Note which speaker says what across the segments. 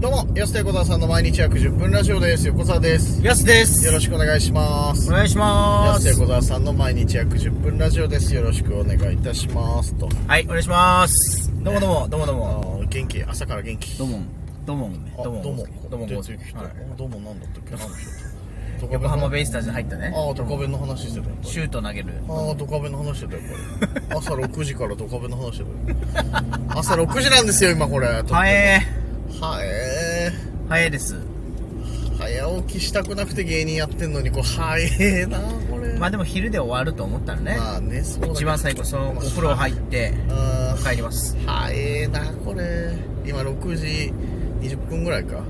Speaker 1: どうも、安田横澤さんの毎日約10分ラジオです。横澤です。
Speaker 2: やすです
Speaker 1: よろしくお願いします
Speaker 2: お。願いし
Speaker 1: 安
Speaker 2: ま
Speaker 1: 田
Speaker 2: す
Speaker 1: 横澤さんの毎日約10分ラジオです。よろしくお願いいたします。と。
Speaker 2: はいお願いしますどうもどうもどうもどう
Speaker 1: あ
Speaker 2: も
Speaker 1: ー元気、朝から元気。
Speaker 2: どうもどうも
Speaker 1: あ
Speaker 2: どうも
Speaker 1: どうも。
Speaker 2: どうも
Speaker 1: 全然来て
Speaker 2: はい
Speaker 1: あどうも、なんだったっけなんでしょう。
Speaker 2: 横浜ベイスターズに入ったね
Speaker 1: ああ、ドカベンの話してたやっぱり
Speaker 2: シュート投げる
Speaker 1: ああ、ドカベンの話してた、やっぱり。朝6時からドカベンの話してた。朝6時なんですよ、今これ。
Speaker 2: はえ
Speaker 1: はえー。
Speaker 2: ーはえーです
Speaker 1: 早起きしたくなくて芸人やってんのにこう早えなこれ
Speaker 2: まあでも昼で終わると思ったらね
Speaker 1: まあねそうだけど
Speaker 2: 一番最後そのお風呂入って
Speaker 1: あー
Speaker 2: 帰ります
Speaker 1: 早えなこれ今6時20分ぐらいか、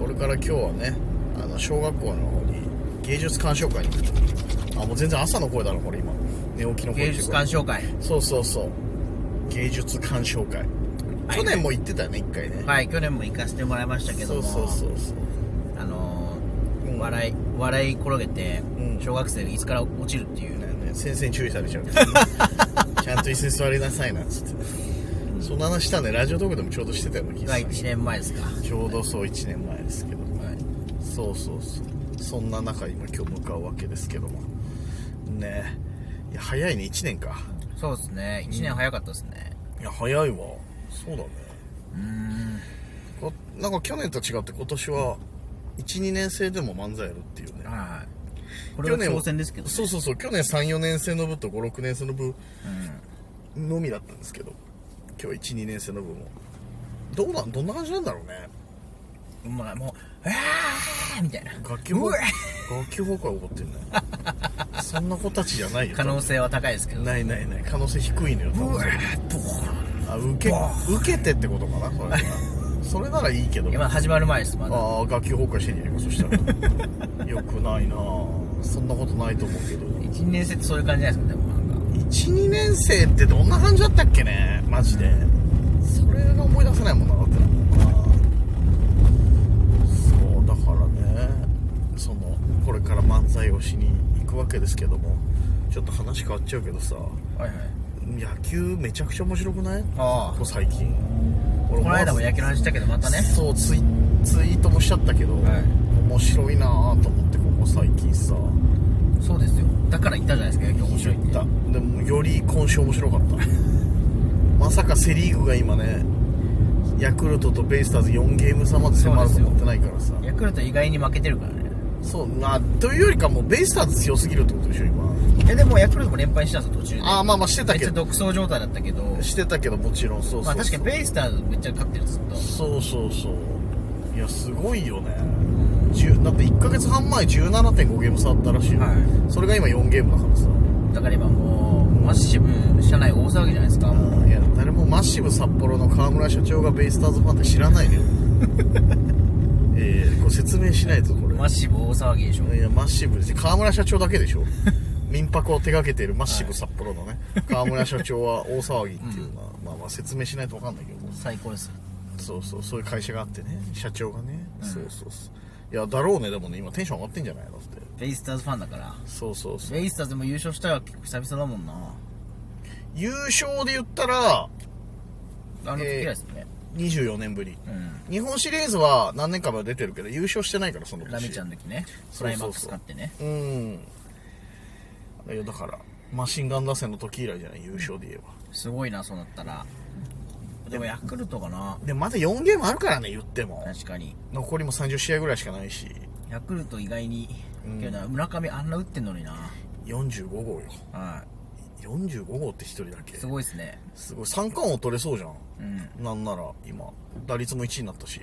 Speaker 1: これから今日はねあの小学校の方に芸術鑑賞会に行くとあもう全然朝の声だろこれ今寝起きの声
Speaker 2: 芸術鑑賞会
Speaker 1: そうそうそう芸術鑑賞会、
Speaker 2: はい
Speaker 1: 去年も行ってたよね一回ね、
Speaker 2: はい去年も行かせてもらいましたけど
Speaker 1: そ
Speaker 2: も
Speaker 1: うそうそうそう
Speaker 2: あのー
Speaker 1: うん
Speaker 2: 笑い笑い転げて
Speaker 1: うん
Speaker 2: 小学生が椅子から落ちるっていう
Speaker 1: だよね先生に注意されちゃう ちゃんと椅子に座りなさいなっつってそんな話したねラジオトークでもちょうどしてたような気が
Speaker 2: が
Speaker 1: する
Speaker 2: 1年前ですか
Speaker 1: ちょうどそう1年前ですけど、そうそうそうそんな中今今日向かうわけですけどもねえいや早いね1年か
Speaker 2: そうですね1年早かったですね
Speaker 1: いや早いわそうだね
Speaker 2: うん
Speaker 1: こなんか去年と違って今年は12年生でも漫才やるっていうね
Speaker 2: はい。これ
Speaker 1: 去
Speaker 2: は
Speaker 1: 年は
Speaker 2: 挑戦ですけどね。
Speaker 1: そうそうそう去年34年生の部と56年生の部のみだったんですけど今日12年生の部もどうなんどんな感じなんだろうね
Speaker 2: うん。まあもう、うわーみたいな。
Speaker 1: 楽器崩
Speaker 2: うわ
Speaker 1: 楽器崩壊起こってんね そんな子たちじゃないよ
Speaker 2: 可能性は高いですけ
Speaker 1: 多
Speaker 2: ど。
Speaker 1: 分
Speaker 2: うわ
Speaker 1: ないないない可能性低いのよ多分
Speaker 2: ーボー
Speaker 1: あ受け
Speaker 2: ボー
Speaker 1: 受けてってことかな それはそれならいいけど
Speaker 2: ンいやまだ始まる前です、まだ。
Speaker 1: ああ楽器崩壊してんじゃねえかそ したらよくないなあそんなことないと思うけど
Speaker 2: 1年生ってそういう感じじゃないですか、でもなんか。
Speaker 1: 12年生ってどんな感じだったっけねマジでそれが思い出せないもんなだってなそうだからねそのこれから漫才をしに行くわけですけどもちょっと話変わっちゃうけどさ
Speaker 2: はいはい。
Speaker 1: 野球めちゃくちゃ面白くないこ
Speaker 2: あ
Speaker 1: こ最近
Speaker 2: あ。この間も野
Speaker 1: き
Speaker 2: 球の話したけど、またね。
Speaker 1: そうツイツイートもしちゃったけど、
Speaker 2: はい
Speaker 1: 面白いなぁと思ってここ最近さ
Speaker 2: そうですよ。だから言ったじゃないですか、野球面白いって。
Speaker 1: だでもより今週面白かったまさかセ・リーグが今ねヤクルトとベイスターズ4ゲーム差まで迫ると思ってないからさ
Speaker 2: ヤクルト意外に負けてるからね。
Speaker 1: そうなというよりかもうベイスターズ強すぎるってことでしょ今
Speaker 2: え、でもヤクルトも連敗したんですよ、途中で。
Speaker 1: ああまあまあしてた
Speaker 2: めっ
Speaker 1: け
Speaker 2: ちゃ
Speaker 1: ど
Speaker 2: 独走状態だったけど。
Speaker 1: してたけどもちろんそうそうそう、
Speaker 2: まあ確かにベイスターズめっちゃ勝ってる、ずっと。
Speaker 1: そうそうそういやすごいよね10だって1ヶ月半前17.5ゲーム差あったらしいよ、
Speaker 2: は
Speaker 1: それが今4ゲームだからさ
Speaker 2: だから今もう、マッシブ、社内大騒ぎじゃないですか。
Speaker 1: いや誰もマッシブ札幌の河村社長がベイスターズファンって知らないのよ ええこれ説明しないとこれ
Speaker 2: マッシブ大騒ぎでしょ
Speaker 1: いやマッシブです河村社長だけでし ょ民泊を手掛けているマッシブ札幌のね、河村社長は大騒ぎっていうのは、まあまあ説明しないと分かんないけど
Speaker 2: 最高です
Speaker 1: そうそうそういう会社があってね社長がね、そうそうそういやだろうねでもね今テンション上がってんじゃないのって
Speaker 2: ベイスターズファンだから
Speaker 1: そうそうそう
Speaker 2: ベイスターズも優勝したら結構久々だもんな
Speaker 1: 優勝で言ったら
Speaker 2: あの時以来ですね、
Speaker 1: 24年ぶり、
Speaker 2: うん
Speaker 1: 日本シリーズは何年かは出てるけど優勝してないからその年
Speaker 2: ラミちゃんの時ねク
Speaker 1: そうそうそう
Speaker 2: ライマックス勝ってね
Speaker 1: うんいやだからマシンガン打線の時以来じゃない優勝で言えば、
Speaker 2: すごいなそうなったらでもヤクルトかな
Speaker 1: でまだ4ゲームあるからね言っても
Speaker 2: 確かに
Speaker 1: 残りも30試合ぐらいしかないし
Speaker 2: ヤクルト意外に、けどな村上あんな打ってんのにな
Speaker 1: 45号よ
Speaker 2: は
Speaker 1: 45号って1人だけ
Speaker 2: いすごいですね
Speaker 1: すごい三冠王取れそうじゃん
Speaker 2: うん
Speaker 1: なんなら今打率も1位になったし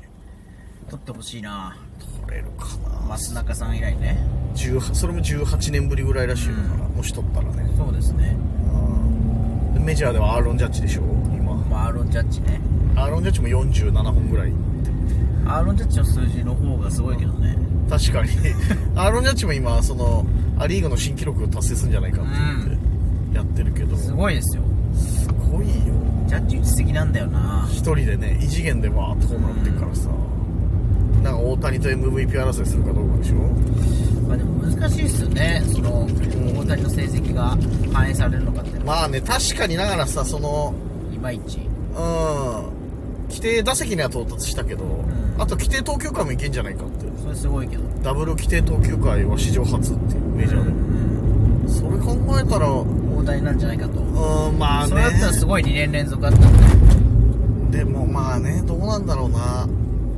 Speaker 2: 取ってほしいな
Speaker 1: 取れるかな
Speaker 2: 松中さん以来ね
Speaker 1: 18それも18年ぶりぐらいらしいよだから、もし取ったらね
Speaker 2: そうですね
Speaker 1: うんでメジャーではアーロン・ジャッジでしょ今
Speaker 2: まあアーロン・ジャッジね
Speaker 1: アーロン・ジャッジも47本ぐらい
Speaker 2: アーロン・ジャッジの数字の方がすごいけどね
Speaker 1: 確 かにアーロン・ジャッジも今そのア・リーグの新記録を達成するんじゃないかって言ってやってるけど、
Speaker 2: す
Speaker 1: す
Speaker 2: ごいですよ
Speaker 1: ごいよ
Speaker 2: ジャッジ打ちすぎなんだよな
Speaker 1: 一人でね異次元でわーっとホームラン打ってるからさ、なんか大谷と MVP 争いするかどうかでしょ
Speaker 2: まあでも難しいですよね、その大谷の成績が反映されるのかっていうのは、
Speaker 1: まあね確かにながらさその
Speaker 2: いまいち、
Speaker 1: うん規定打席には到達したけど、
Speaker 2: ん
Speaker 1: あと規定投球回もいけんじゃないかって
Speaker 2: それすごいけど
Speaker 1: ダブル規定投球回は史上初っていうメジャーで、
Speaker 2: うん
Speaker 1: それ考えたらう
Speaker 2: 大台なんじゃないかと
Speaker 1: ーんまあ
Speaker 2: それだったらす
Speaker 1: ね
Speaker 2: ごい2年連続あったんで
Speaker 1: でもまあねどうなんだろうな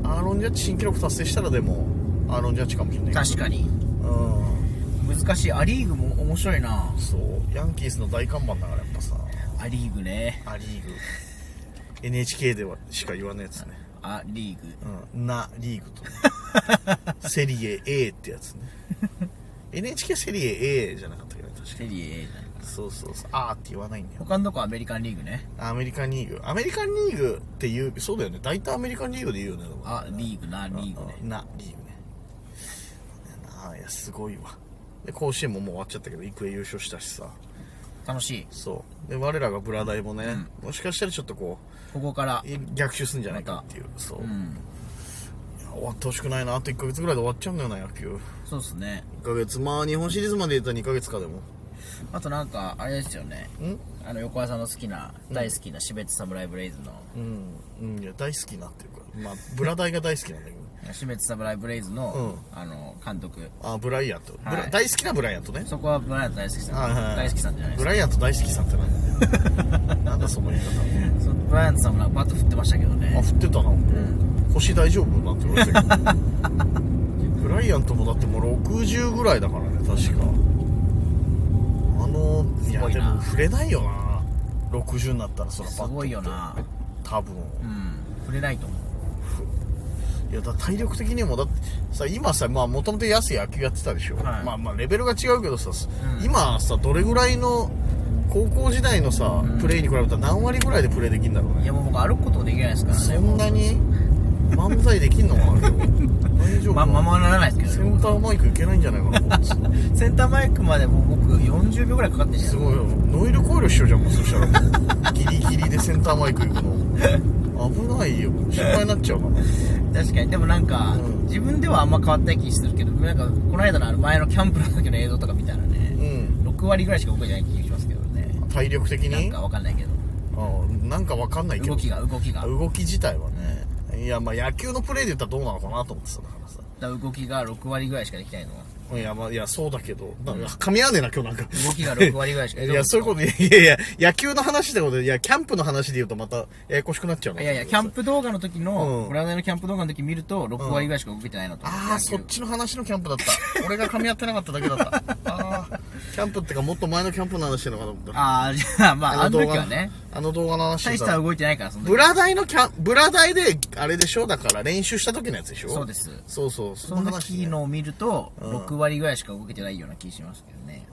Speaker 1: アーロン・ジャッジ新記録達成したらでもアーロン・ジャッジかもしれない
Speaker 2: 確かに
Speaker 1: うん
Speaker 2: 難しいア・リーグも面白いな
Speaker 1: そうヤンキースの大看板だからやっぱさ
Speaker 2: ア・リーグね
Speaker 1: ア・リーグ NHK ではしか言わないやつね
Speaker 2: ア・リーグ
Speaker 1: うん、なリーグ と、セリエ A ってやつね NHK セリエ A じゃなかったっけど確か
Speaker 2: セ
Speaker 1: に
Speaker 2: リエ A じゃない
Speaker 1: そうそうそうあーって言わないんだよ
Speaker 2: 他のとこアメリカンリーグね
Speaker 1: アメリカンリーグアメリカンリーグっていうそうだよね大体アメリカンリーグで言うよねでも
Speaker 2: あリーグなリーグね
Speaker 1: うんなリーグねあいやすごいわで甲子園ももう終わっちゃったけど育英優勝したしさ
Speaker 2: 楽しい
Speaker 1: そうで我らがブラダイもね、もしかしたらちょっとこ
Speaker 2: ここから
Speaker 1: うい逆襲するんじゃないかっていう、そう、
Speaker 2: う
Speaker 1: い
Speaker 2: ん
Speaker 1: や終わってほしくないなあと1ヶ月ぐらいで終わっちゃうんだよな野球
Speaker 2: そうっすね
Speaker 1: 1ヶ月まあ日本シリーズまで言ったら2ヶ月かでも
Speaker 2: あとなんかあれですよね
Speaker 1: ん
Speaker 2: あの横川さんの好きな大好きなシベツサムライブレイズの
Speaker 1: うん、うん、いや大好きなっていうかまあブラダイが大好きなんだ けど
Speaker 2: シベツサムライブレイズのあの監督
Speaker 1: あブライアント、ブ
Speaker 2: は
Speaker 1: ラ
Speaker 2: い
Speaker 1: 大好きなブライアントね
Speaker 2: そこはブライアント大好き
Speaker 1: はいはいは
Speaker 2: さん
Speaker 1: い
Speaker 2: 大好きさんじゃないで
Speaker 1: ブ
Speaker 2: すか
Speaker 1: ライアント大好きさんってなん だなんだその言い方
Speaker 2: そうブライアントさんもなんかバット振ってましたけど
Speaker 1: あ
Speaker 2: ね
Speaker 1: 振ってたな、腰大丈夫なんて言われたけど ブライアントもだってもう60ぐらいだからね確かあのいや
Speaker 2: すごいな
Speaker 1: でも触れないよな60になったらそら
Speaker 2: すごいよな
Speaker 1: 多分、
Speaker 2: うん触れないと思う
Speaker 1: いやだ体力的にもだってさ今さまあもともと安い野球やってたでしょ、
Speaker 2: はい
Speaker 1: まあまあレベルが違うけどさ、
Speaker 2: うん
Speaker 1: 今さどれぐらいの高校時代のさ、プレーに比べたら何割ぐらいでプレーできるんだろう
Speaker 2: い
Speaker 1: ね
Speaker 2: やもう僕歩くことできないですから
Speaker 1: そ
Speaker 2: ね
Speaker 1: んなに漫才できんの かな今日大丈夫
Speaker 2: ま
Speaker 1: かな
Speaker 2: ままならないです
Speaker 1: セ
Speaker 2: けどね
Speaker 1: ンターマイクいけないんじゃないかなこいつ
Speaker 2: センターマイクまでもう僕40秒ぐらいかかってんじゃ
Speaker 1: す
Speaker 2: ん
Speaker 1: ごいよノイルコイルしようじゃんもうそしたらギリギリでセンターマイク行くの危ないよ心配になっちゃうかな
Speaker 2: 確かにでもなんか、
Speaker 1: うん
Speaker 2: 自分ではあんま変わった気するけどなんかこの間のあの前のキャンプの時の映像とか見たらね
Speaker 1: うん
Speaker 2: 6割ぐらいしか動いてない気がしますけどね
Speaker 1: 体力的
Speaker 2: なん
Speaker 1: に
Speaker 2: かわかんないけど
Speaker 1: あなんかわかんないけど
Speaker 2: 動きが動きが
Speaker 1: 動き自体はねいやまあ野球のプレーで言ったらどうなのかなと思ってただからさ
Speaker 2: だから動きが6割ぐらいしかできないのはい
Speaker 1: やまあいやそうだけどなんか噛み合わねえな今日なんか
Speaker 2: 動きが6割ぐらいし か
Speaker 1: いやそういうこといやいや野球の話ってことでいやキャンプの話で言うとまたややこしくなっちゃう
Speaker 2: い
Speaker 1: な
Speaker 2: やいやキャンプ動画の時の、
Speaker 1: うん
Speaker 2: ブラザーのキャンプ動画の時見ると6割ぐらいしか動けてないのと思て、
Speaker 1: ああそっちの話のキャンプだった俺が噛み合ってなかっただけだったああキャンプってかもっと前のキャンプの話してるのかと思った
Speaker 2: あーじゃあまああの時はね
Speaker 1: あの動画の話
Speaker 2: 大
Speaker 1: で
Speaker 2: し
Speaker 1: さ
Speaker 2: た動いてないからその時
Speaker 1: ブラ大のキャンブラ大であれでしょだから練習した時のやつでしょ
Speaker 2: そうです
Speaker 1: そうそうそ
Speaker 2: その
Speaker 1: 話ね
Speaker 2: 時のを見ると
Speaker 1: ん
Speaker 2: 6割ぐらいしか動けてないような気しますけどね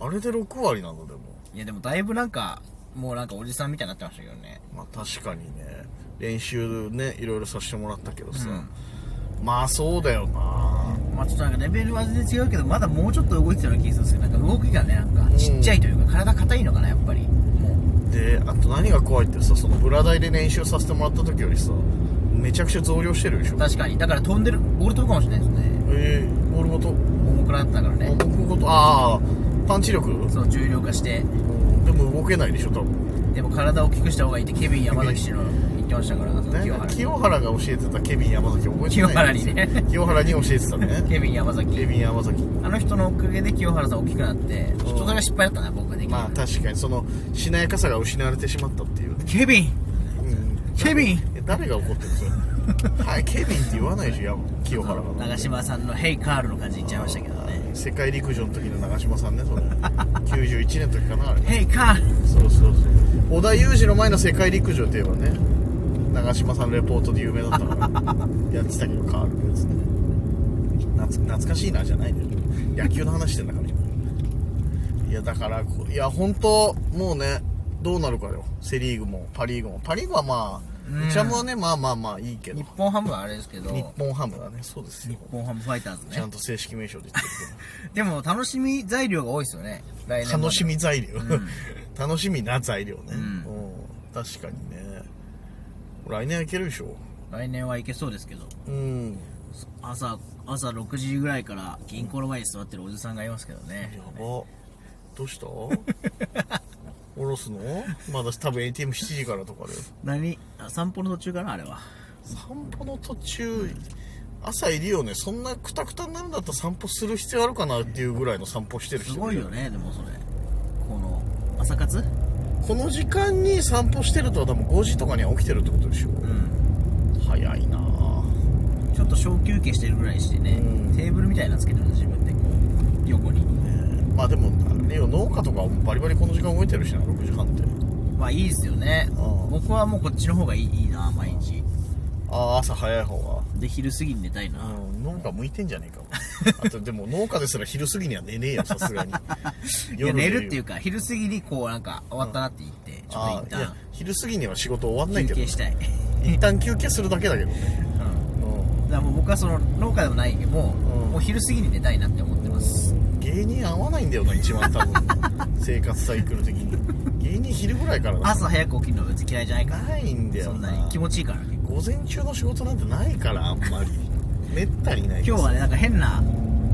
Speaker 1: あれで6割なのでも
Speaker 2: いやでもだいぶなんかもうなんかおじさんみたいになってましたけどね
Speaker 1: まあ確かにね練習ねいろいろさせてもらったけどさ、
Speaker 2: うん
Speaker 1: まあそうだよな
Speaker 2: まあちょっとなんかレベルは全然違うけどまだもうちょっと動いてたような気がするんですけどなんか動きがねなんかちっちゃいというか体硬いのかなやっぱりも
Speaker 1: であと何が怖いってさそのブラ台で練習させてもらった時よりさめちゃくちゃ増量してるでしょ
Speaker 2: う確かにだから飛んでるボール飛ぶかもしれないですね
Speaker 1: えー、ボールごと
Speaker 2: 重くなったからね
Speaker 1: 重くごとああパンチ力
Speaker 2: そう重量化して
Speaker 1: でも動けないでしょ多分
Speaker 2: でも体を大きくした方がいいってケビン山崎氏の言ってましたからその
Speaker 1: ね
Speaker 2: 清原
Speaker 1: 清原が教えてたケビン山崎覚えて
Speaker 2: 清
Speaker 1: な
Speaker 2: 原
Speaker 1: い
Speaker 2: にね
Speaker 1: 清原に教えてたね
Speaker 2: ケビン山
Speaker 1: ケ
Speaker 2: 崎
Speaker 1: ビン山崎
Speaker 2: あの人のおかげで清原さん大きくなってちょっとそれが失敗だったな僕ができない
Speaker 1: まあ確かにそのしなやかさが失われてしまったっていう、
Speaker 2: ケビン
Speaker 1: うん、
Speaker 2: ケビン
Speaker 1: え誰が怒ってるんです かはいケビンって言わないでしょや清原が
Speaker 2: 長嶋さんの「ヘイカール」の感じ言っちゃいましたけどね
Speaker 1: 世界陸上の時の長嶋さんね それ91年の時かなあれ
Speaker 2: 「ヘイカール
Speaker 1: そうそうそう織田裕二の前の世界陸上といえばね長嶋さんのレポートで有名だった からやってたけど変わるやつね懐懐かしいなじゃないんだよ野球の話してんだから今いやだからこいや本当もうねどうなるかよセ・リーグもパ・リーグもパ・リーグはま
Speaker 2: うん
Speaker 1: あうちはもうねまあまあまあいいけ」ど
Speaker 2: 日本ハムはあれですけど
Speaker 1: 日
Speaker 2: 日
Speaker 1: 本ハムだねそうですよ
Speaker 2: 本ハムファイターズ
Speaker 1: ちゃ
Speaker 2: ね
Speaker 1: んと正式名称で言ってる
Speaker 2: でも楽しみ材料が多いですよね来
Speaker 1: け
Speaker 2: 年
Speaker 1: ど
Speaker 2: まで
Speaker 1: 楽しみ材料、
Speaker 2: ん
Speaker 1: 楽しみな材料ね、
Speaker 2: うん
Speaker 1: うん確かにね来年はいけるでしょ
Speaker 2: 来年はいけそうですけど
Speaker 1: うん
Speaker 2: 朝朝6時ぐらいから 銀行の前に座ってるおじさんがいますけどね
Speaker 1: やばどうしたおろすのまだ多分 ATM7 時からとかで
Speaker 2: 何あ散歩の途中かなあれは
Speaker 1: 散歩の途中朝いるよねそんなクタクタになるんだったら散歩する必要あるかなっていうぐらいの散歩してる
Speaker 2: す
Speaker 1: 人
Speaker 2: ごいよねでもそれこの朝活
Speaker 1: この時間に散歩してると多分5時とかには起きてるってことでしょ
Speaker 2: うん
Speaker 1: 早いなあ
Speaker 2: ちょっと小休憩してるぐらいにしてね、
Speaker 1: うん
Speaker 2: テーブルみたいなのつけてるの自分でこう横に
Speaker 1: まあでもあれよ農家とかはバリバリこの時間動いてるしな6時半って
Speaker 2: まあいいですよね
Speaker 1: ああ
Speaker 2: 僕はもうこっちの方がいいいいな毎日
Speaker 1: ああ朝早い方
Speaker 2: で昼過ぎに寝たい
Speaker 1: が、
Speaker 2: な、
Speaker 1: うん、農家向いてんじゃねえかもあとでも農家ですら昼過ぎには寝ねえよさすがに
Speaker 2: いや寝るっていう
Speaker 1: か
Speaker 2: か昼過ぎにこうなんか終わったなって言って、ちょっと一
Speaker 1: いや
Speaker 2: 旦
Speaker 1: 昼過ぎには仕事終わんないけ
Speaker 2: 休
Speaker 1: ど
Speaker 2: 憩 したい、
Speaker 1: 一旦休憩するだけだけどね
Speaker 2: うん
Speaker 1: う
Speaker 2: だからもう僕はその農家でもないけども、
Speaker 1: うん
Speaker 2: もう昼過ぎに寝たいなって思ってます、
Speaker 1: ん芸人合わないんだよな一番多 分生活サイクル的に芸人昼ぐらいからだ
Speaker 2: 朝早く起きるのは別に嫌いじゃないから
Speaker 1: ないんだ
Speaker 2: そ
Speaker 1: よ
Speaker 2: ん
Speaker 1: な
Speaker 2: なに気持ちいいからね
Speaker 1: 午前中の仕事なんてないからあんまりめったにないです
Speaker 2: 今日はねなんか変な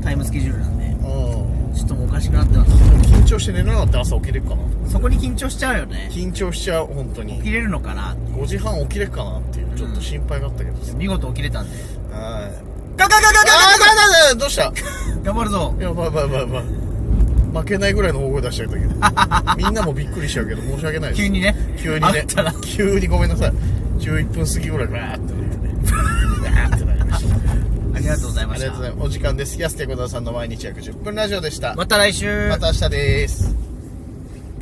Speaker 2: タイムスケジュールなんで
Speaker 1: うん
Speaker 2: ちょっともうおかしくなってます
Speaker 1: 緊張して寝れなかったら朝起きれるかな
Speaker 2: そこに緊張しちゃうよね
Speaker 1: 緊張しちゃう本当
Speaker 2: 起き
Speaker 1: に
Speaker 2: れるのかなって
Speaker 1: 5時半起きれるかなっていうちょっと心配があったけどさ、
Speaker 2: 見事起きれたんで
Speaker 1: はい
Speaker 2: ガガガガガ
Speaker 1: ああだだだどうした
Speaker 2: 頑張るぞ
Speaker 1: いやばいばいばいばい負けないぐらいの大声出しちゃったけどみんなもびっくりしちゃうけど申し訳ないです
Speaker 2: 急にね
Speaker 1: 急に
Speaker 2: あっ
Speaker 1: ね
Speaker 2: たら
Speaker 1: 急にごめんなさい11分過ぎぐらいガーってなってねガーってなりました
Speaker 2: ありがとうござい
Speaker 1: あ
Speaker 2: ま
Speaker 1: り
Speaker 2: し
Speaker 1: がとうござ
Speaker 2: た
Speaker 1: いますお時間です安手小沢さんの毎日約10分ラジオでした
Speaker 2: また来週
Speaker 1: また明日です